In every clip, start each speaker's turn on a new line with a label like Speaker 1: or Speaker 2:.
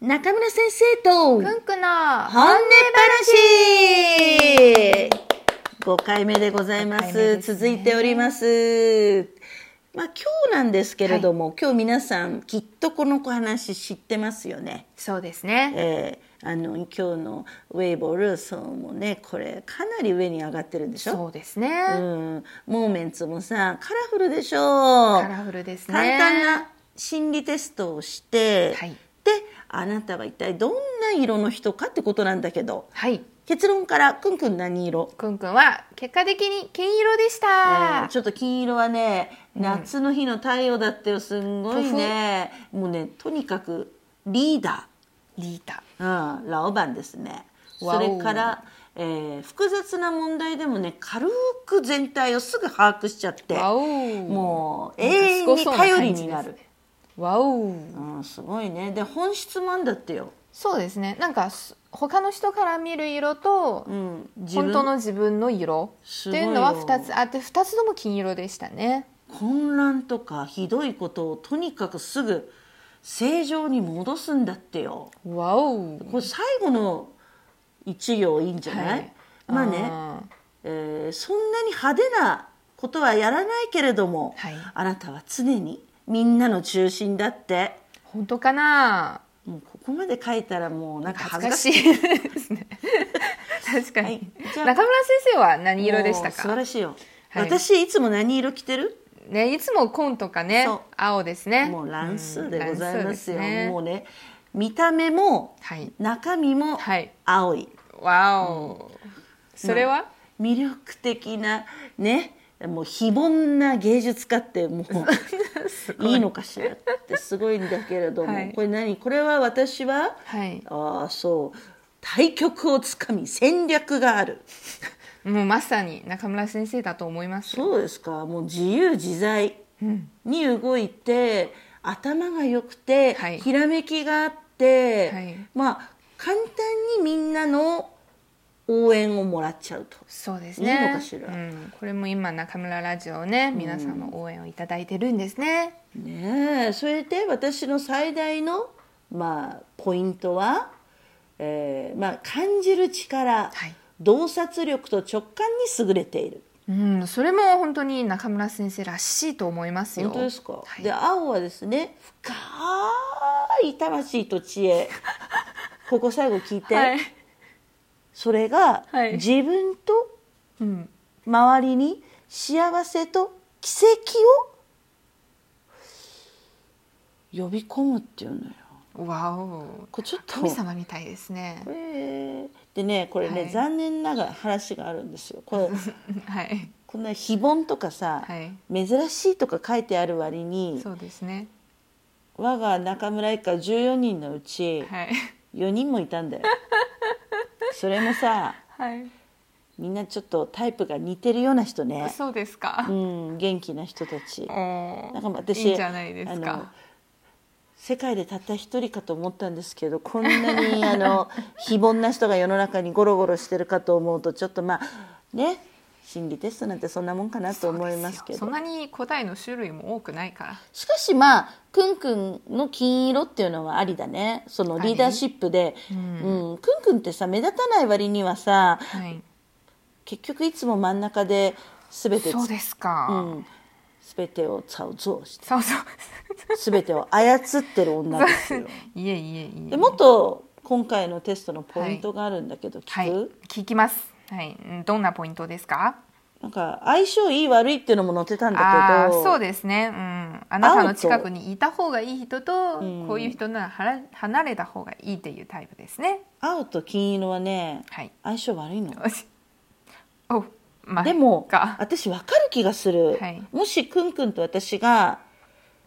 Speaker 1: 中村先生と
Speaker 2: く
Speaker 1: 本音
Speaker 2: んくな
Speaker 1: 話5回目でございま
Speaker 2: 五回
Speaker 1: す
Speaker 2: 目ですね
Speaker 1: 続いておりますまあ今日なんですけれども、今日皆さんきっとこの話知ってますよね、
Speaker 2: そうですね。
Speaker 1: えーあの今日のウェイボルソンもねこれかなり上に上がってるんでしょ
Speaker 2: そうですね。
Speaker 1: ん、モーメンツもさカラフルでしょ
Speaker 2: カラフルですね。
Speaker 1: 簡単な心理テストをして、
Speaker 2: はい
Speaker 1: であなたは一体どんな色の人かってことなんだけど
Speaker 2: はい。
Speaker 1: 結論からくんくん何色、
Speaker 2: くんくんは結果的に金色でし
Speaker 1: え
Speaker 2: た。
Speaker 1: ーちょっと金色はね夏の日の太陽だってよすんごいね、もうねとにかくリーダ
Speaker 2: リータ。
Speaker 1: ー、うん、ラオバンですね
Speaker 2: わ
Speaker 1: そ
Speaker 2: お
Speaker 1: れから、えー複雑な問題でもね軽く全体をすぐ把握しちゃって
Speaker 2: わお。
Speaker 1: もう
Speaker 2: な
Speaker 1: 永
Speaker 2: んか
Speaker 1: 遠に
Speaker 2: すごそうな感じ
Speaker 1: 頼りになる。
Speaker 2: ですね。わお。
Speaker 1: うん、すごいねで本質もあんだってよ、
Speaker 2: そうですね。なんかす他の人から見る色と
Speaker 1: うん、
Speaker 2: 本当の自分の色
Speaker 1: す
Speaker 2: っ
Speaker 1: ご
Speaker 2: て
Speaker 1: い
Speaker 2: い
Speaker 1: よ
Speaker 2: うのは二つあって二つとも金色でしたね。
Speaker 1: 混乱とかひどいことをとにかくすぐ正常に戻すんだってよ
Speaker 2: わお。
Speaker 1: これ最後の一行いいんじゃない、
Speaker 2: はい
Speaker 1: まあね
Speaker 2: ね。
Speaker 1: えーそんなに派手なことはやらないけれども、
Speaker 2: はい
Speaker 1: あなたは常にみんなの中心だって
Speaker 2: 本当かな。
Speaker 1: もうここまで書いたらもうなんか恥ず
Speaker 2: 恥
Speaker 1: か
Speaker 2: ずか
Speaker 1: しい
Speaker 2: しい ですね。確かに、
Speaker 1: はいじゃあ
Speaker 2: 中村先生は何色でした
Speaker 1: もう素晴
Speaker 2: か。
Speaker 1: らしいよ、
Speaker 2: はい
Speaker 1: 私いつも何色着てる
Speaker 2: ね、いつも紺とかね
Speaker 1: そう、
Speaker 2: 青ですね。
Speaker 1: もう乱数でございますよ、
Speaker 2: うん乱数でね
Speaker 1: もうね見た目も
Speaker 2: はい。
Speaker 1: 中身も
Speaker 2: はい。
Speaker 1: 青い、
Speaker 2: わお。それは。
Speaker 1: 魅力的なねもう非凡な芸術家って もういいのかしらってすごいんだけれども、
Speaker 2: はい
Speaker 1: これ何これは私は
Speaker 2: はい。
Speaker 1: ああそう対局をつかみ戦略がある
Speaker 2: もうまさに中村先生だと思います。
Speaker 1: そうですかもう自由自在に動いて、頭が良くて、
Speaker 2: はい
Speaker 1: ひらめきがあって、
Speaker 2: はい
Speaker 1: まあ簡単にみんなの応援をもらっちゃうと。
Speaker 2: そうですね。
Speaker 1: いいのかしら
Speaker 2: うん、これも今中村ラジオね、皆さんの応援をいただいてるんですね。
Speaker 1: ねえそれで私の最大の、まあ、ポイントは、えーまあ、感じる力、
Speaker 2: はい
Speaker 1: 洞察力と直感に優れている。
Speaker 2: うん、それも本当に中村先生らしいと思いますよ。
Speaker 1: 本当ですか、
Speaker 2: はい
Speaker 1: で青はですね深い魂と知 恵ここ最後聞いて、
Speaker 2: はい。
Speaker 1: それが
Speaker 2: はい
Speaker 1: 自分と
Speaker 2: うん。
Speaker 1: 周りに幸せと奇跡を呼び込むっていうのよ
Speaker 2: わお。
Speaker 1: これちょっと
Speaker 2: 神様みたいですね
Speaker 1: こ。れでねこれね、
Speaker 2: はい
Speaker 1: 残念ながら話があるんですよ これ
Speaker 2: はい。
Speaker 1: こんな非凡とかさ、
Speaker 2: はい。
Speaker 1: 珍しいとか書いてある割に
Speaker 2: そうですね。
Speaker 1: 我が中村一家14人のうち、
Speaker 2: はい。
Speaker 1: 4人もいたん だよそれもさ
Speaker 2: はい。
Speaker 1: みんなちょっとタイプが似てるような人ね
Speaker 2: そうです
Speaker 1: う
Speaker 2: か。
Speaker 1: ん元気な人たち
Speaker 2: お
Speaker 1: なんか
Speaker 2: お。
Speaker 1: 私
Speaker 2: いいんじゃないです
Speaker 1: あの
Speaker 2: か。
Speaker 1: 世界でたった一人かと思ったんですけどこんなにあ の非凡な人が世の中にゴロゴロしてるかと思うとちょっとまあね心理テストなんてそんなもんかなと思いますけど
Speaker 2: そんなに答えの種類も多くないから。
Speaker 1: しかしまあくんくんの金色っていうのはありだねそのリーダーシップで、
Speaker 2: う。
Speaker 1: うんん、くんくんってさ目立たない割にはさ
Speaker 2: はい。
Speaker 1: 結局いつも真ん中で全てつ
Speaker 2: そうです
Speaker 1: う
Speaker 2: か。
Speaker 1: ん、全てを操作し
Speaker 2: そうそう。
Speaker 1: 全てを操ってる女です よ
Speaker 2: いえいえいえ。
Speaker 1: でもっと今回のテストのポイントがあるんだけど、
Speaker 2: はい
Speaker 1: 聞く、。
Speaker 2: 聞きます。はい。うんどんなポイントですか。
Speaker 1: なんか相性いい悪いっていうのも載ってたんだ
Speaker 2: ああ
Speaker 1: け
Speaker 2: ー
Speaker 1: ど
Speaker 2: そうですね、うん、あなたの近くにいた方がいい人と
Speaker 1: うん
Speaker 2: こういう人ならはら離れた方がいいっていうタイプですね
Speaker 1: 青と金色はね
Speaker 2: はい
Speaker 1: 相性悪いの
Speaker 2: よしおまあ
Speaker 1: でも
Speaker 2: か
Speaker 1: 私分かる気がする、
Speaker 2: はい
Speaker 1: もしくんくんと私が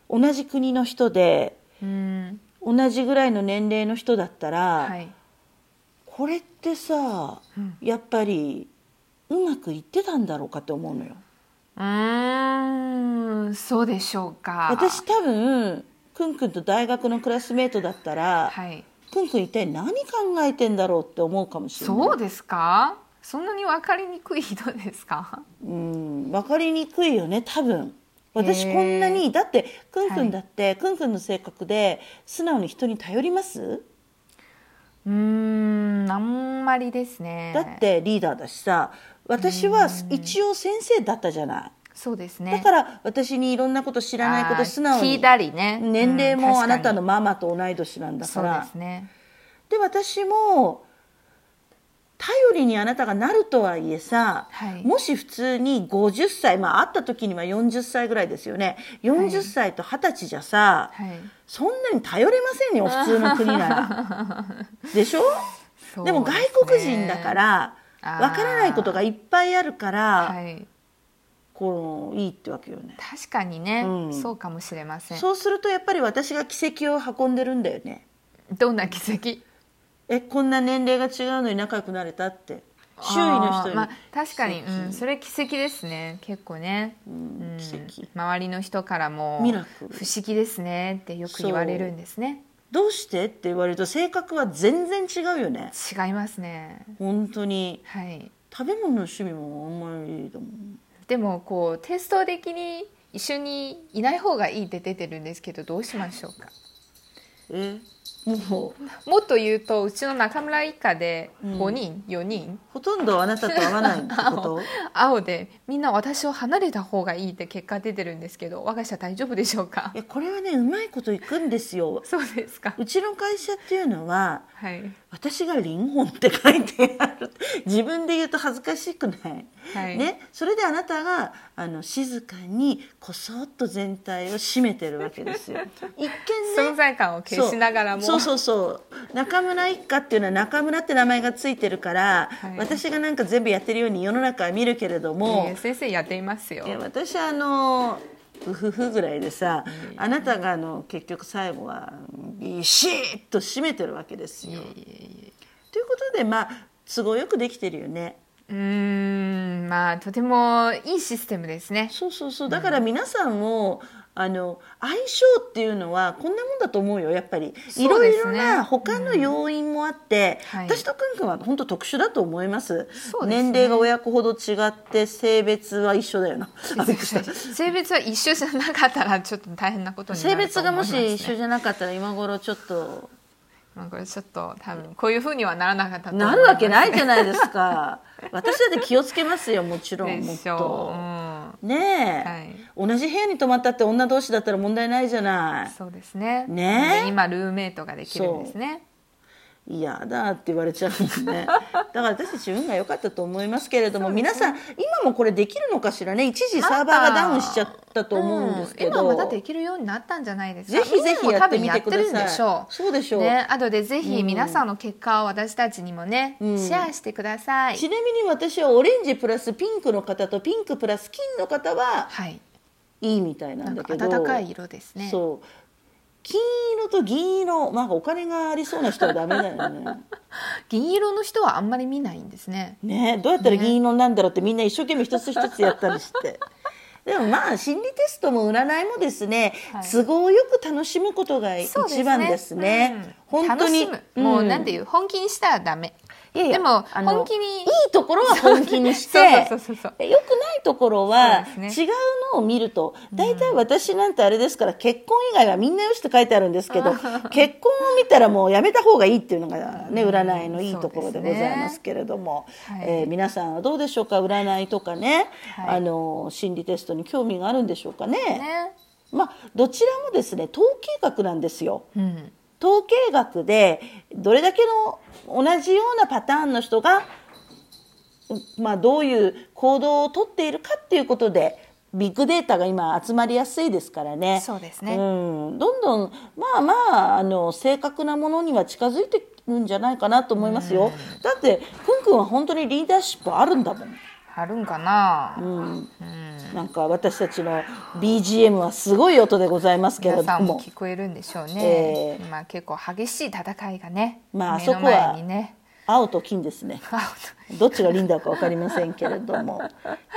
Speaker 1: 同じ国の人で
Speaker 2: うん
Speaker 1: 同じぐらいの年齢の人だったら、
Speaker 2: はい
Speaker 1: これってさ、
Speaker 2: うん
Speaker 1: やっぱりうまくいってたんだろうかって思うのよ
Speaker 2: うーんそうでしょうか
Speaker 1: 私多分くんくんと大学のクラスメートだったら、
Speaker 2: はい
Speaker 1: くんくん一体何考えてんだろうって思うかもしれない
Speaker 2: そうですかそんなに分かりにくい人ですか
Speaker 1: うん分かりにくいよね多分私
Speaker 2: へー
Speaker 1: こんなにだってくんく
Speaker 2: は
Speaker 1: ん
Speaker 2: い
Speaker 1: だって、くんくんの性格で素直に人に頼ります
Speaker 2: うーんあんまりですね
Speaker 1: だってリーダーだしさ私は一応先生だったじゃない、
Speaker 2: そうですね
Speaker 1: だから私にいろんなこと知らないこと素直
Speaker 2: あー聞
Speaker 1: に
Speaker 2: いたりね
Speaker 1: 年齢
Speaker 2: うん
Speaker 1: もあ
Speaker 2: 確かに
Speaker 1: なたのママと同い年なんだか
Speaker 2: そう
Speaker 1: ら、
Speaker 2: ですね
Speaker 1: で私も頼りにあなたがなるとはいえさ、
Speaker 2: はい
Speaker 1: もし普通に50歳まあ会った時には40歳ぐらいですよね40歳と20歳じゃさ、
Speaker 2: はい
Speaker 1: そんなに頼れませんよ普通の国なら。 でしょ
Speaker 2: そう
Speaker 1: でも外国人だから
Speaker 2: あー
Speaker 1: わからないことがいっぱいあるから、
Speaker 2: はい
Speaker 1: このいいってわけよね。
Speaker 2: 確かにね、
Speaker 1: うん
Speaker 2: そうかもしれません
Speaker 1: そうするとやっぱり私が奇跡を運んでるんだよね。
Speaker 2: どんな奇跡
Speaker 1: えこんな年齢が違うのに仲良くなれたって周囲の人
Speaker 2: あー
Speaker 1: に、
Speaker 2: まあ、確かに、
Speaker 1: 奇跡
Speaker 2: うん、それ奇跡ですね結構ね、うん
Speaker 1: 奇跡
Speaker 2: 周りの人からも
Speaker 1: ミラクル
Speaker 2: 不思議ですね」ってよく言われるんですね
Speaker 1: どうしてって言われると性格は全然違うよね
Speaker 2: 違いますね
Speaker 1: 本当に
Speaker 2: はい
Speaker 1: 食べ物の趣味もあんまりだもん
Speaker 2: でもこうテスト的に一緒にいない方がいいって出てるんですけどどうしましょうか
Speaker 1: えもう
Speaker 2: もっと言うとうちの中村一家で
Speaker 1: うん
Speaker 2: 5人、4人
Speaker 1: ほとんどあなたと合わないっ てこ
Speaker 2: 青
Speaker 1: と
Speaker 2: 青でみんな私を離れた方がいいって結果出てるんですけど我が社大丈夫でしょうか
Speaker 1: いやこれはねうまいこといくんですよ
Speaker 2: そうですか
Speaker 1: うちの会社っていうのは
Speaker 2: はい
Speaker 1: 私が「リンゴン」って書いてある自分で言うと恥ずかしくない、
Speaker 2: はい
Speaker 1: ね、それであなたがあの静かにこそっと全体を締めてるわけですよ一見ね
Speaker 2: 存在感を消しながらも
Speaker 1: そうそうそうそう中村一家っていうのは中村って名前がついてるから、
Speaker 2: はい
Speaker 1: 私がなんか全部やってるように世の中は見るけれども、
Speaker 2: いや先生やっていますよ
Speaker 1: いや私はあのうふふぐらいでさあなたがあの結局最後はビシッと締めてるわけですよ。ということでまあ都合よくできてるよね。
Speaker 2: うーんまあとてもいいシステムですね
Speaker 1: そうそうそうだから皆さんも、あの相性っていうのはこんなもんだと思うよやっぱり、い
Speaker 2: そう
Speaker 1: ろ
Speaker 2: で
Speaker 1: い
Speaker 2: す
Speaker 1: ろ
Speaker 2: ね
Speaker 1: な他の要因もあって、
Speaker 2: うんはい
Speaker 1: 私とくんくんは本当特殊だと思います
Speaker 2: そうです
Speaker 1: 年
Speaker 2: ね
Speaker 1: 齢が親子ほど違って性別は一緒だよ なあびっくりした
Speaker 2: 性別は一緒じゃなかったらちょっと大変なことにな
Speaker 1: 性
Speaker 2: ると思います、
Speaker 1: 別
Speaker 2: ね、
Speaker 1: がもし一緒じゃなかったら今頃ちょっと
Speaker 2: まあこれちょっと多分こういうふうにはならなかったと思いま
Speaker 1: な
Speaker 2: す
Speaker 1: るわけないじゃないです か私だって気をつけますよもちろんも
Speaker 2: で
Speaker 1: っ
Speaker 2: しょう、う
Speaker 1: と
Speaker 2: ん、
Speaker 1: ねえ、同じ部屋に泊まったって女同士だったら問題ないじゃない
Speaker 2: そうですね
Speaker 1: ね
Speaker 2: で今ルーメイトができるんですね
Speaker 1: いやだって言われちゃうんです ねだから私たち運が良かったと思いますけれども、皆さん今もこれできるのかしらね一時サーバーがダウンしちゃったと思うんですけど、
Speaker 2: うん今はまたできるようになったんじゃないですか
Speaker 1: ぜひぜひやってみてください
Speaker 2: みんなも多分やってるんでしょう
Speaker 1: そうでしょう
Speaker 2: ね、あとでぜひ皆さんの結果を私たちにもね、
Speaker 1: ん
Speaker 2: シェアしてください、
Speaker 1: ちなみに私はオレンジプラスピンクの方とピンクプラス金の方は
Speaker 2: はい
Speaker 1: いいみたいな
Speaker 2: なんん
Speaker 1: だ
Speaker 2: か
Speaker 1: けど
Speaker 2: 暖かい色ですね
Speaker 1: そう金色と銀色なんかお金がありそうな人はダメだよね
Speaker 2: 銀色の人はあんまり見ないんですね
Speaker 1: ねどうやったら銀色なんだろうってみんな一生懸命一つ一つやったりしてでもまあ心理テストも占いもですね、
Speaker 2: はい
Speaker 1: 都合よく楽しむことが一番ですね
Speaker 2: うん
Speaker 1: 本当に
Speaker 2: 楽しむ、もうなんて
Speaker 1: いう
Speaker 2: いう本気にしたらダメ
Speaker 1: いやいや
Speaker 2: でも
Speaker 1: あの
Speaker 2: 本気に
Speaker 1: いいところは本気にして
Speaker 2: そうそうそうそう
Speaker 1: よくないところは
Speaker 2: そう
Speaker 1: 違
Speaker 2: で
Speaker 1: う
Speaker 2: すね
Speaker 1: のを見ると大体私なんてあれですから結婚以外はみんなよしって書いてあるんですけ ど結婚を見たらもうやめた方がいいっていうのがね占いのいいところでございますけれども、
Speaker 2: そうですね
Speaker 1: えー皆さんはどうでしょうか占いとかね、
Speaker 2: はい
Speaker 1: あの心理テストに興味があるんでしょうかね。
Speaker 2: ね
Speaker 1: まあ、どちらもですね統計学なんですよ。
Speaker 2: うん
Speaker 1: 統計学でどれだけの同じようなパターンの人が、うまあ、どういう行動をとっているかっていうことでビッグデータが今集まりやすいですからね。
Speaker 2: そうですね
Speaker 1: うん、どんどんまあまああの正確なものには近づいてるんじゃないかなと思いますよ。だってくんくんは本当にリーダーシップあるんだもん。
Speaker 2: あるんかな、
Speaker 1: うん、なんか私たちの BGM はすごい音でございますけれ
Speaker 2: 皆
Speaker 1: ど
Speaker 2: さんも
Speaker 1: も。
Speaker 2: 聞こえるんでしょうね、
Speaker 1: え
Speaker 2: 今結構激しい戦いがね、
Speaker 1: まあ
Speaker 2: 目の前にね
Speaker 1: 青と金ですね。どっちがリンダーかわかりませんけれど も、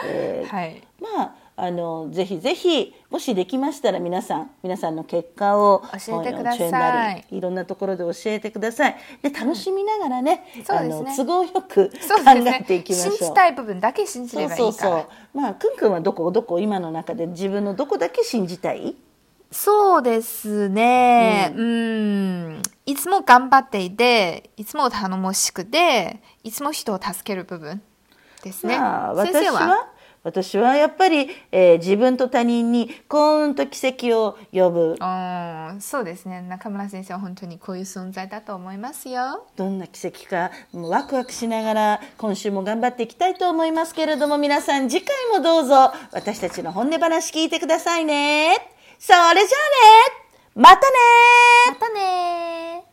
Speaker 1: えー
Speaker 2: はい
Speaker 1: まああのぜひぜひもしできましたら皆さん皆さんの結果を
Speaker 2: 教えてくだ
Speaker 1: 本や
Speaker 2: さい
Speaker 1: チェーンなりいろんなところで教えてくださいで楽しみながらね,、
Speaker 2: そう
Speaker 1: あ
Speaker 2: です
Speaker 1: の
Speaker 2: ね
Speaker 1: 都合よく考
Speaker 2: そうです
Speaker 1: え
Speaker 2: ね
Speaker 1: ていきましょう。
Speaker 2: 信じたい部分だけ信じ
Speaker 1: そ
Speaker 2: れ
Speaker 1: う
Speaker 2: ばいいから
Speaker 1: そ
Speaker 2: そうう
Speaker 1: そうまあくんくんはどこどこ今の中で自分のどこだけ信じたい
Speaker 2: ですねうんいつも頑張っていていつも頼もしくていつも人を助ける部分ですね。
Speaker 1: まあ、
Speaker 2: 先
Speaker 1: 私
Speaker 2: 生
Speaker 1: は私はやっぱり、えー自分と他人に幸運と奇跡を呼ぶ
Speaker 2: うんそうですね中村先生は本当にこういう存在だと思いますよ。
Speaker 1: どんな奇跡かもうワクワクしながら今週も頑張っていきたいと思いますけれども皆さん次回もどうぞ私たちの本音話聞いてくださいねそれじゃあねまたね
Speaker 2: またねー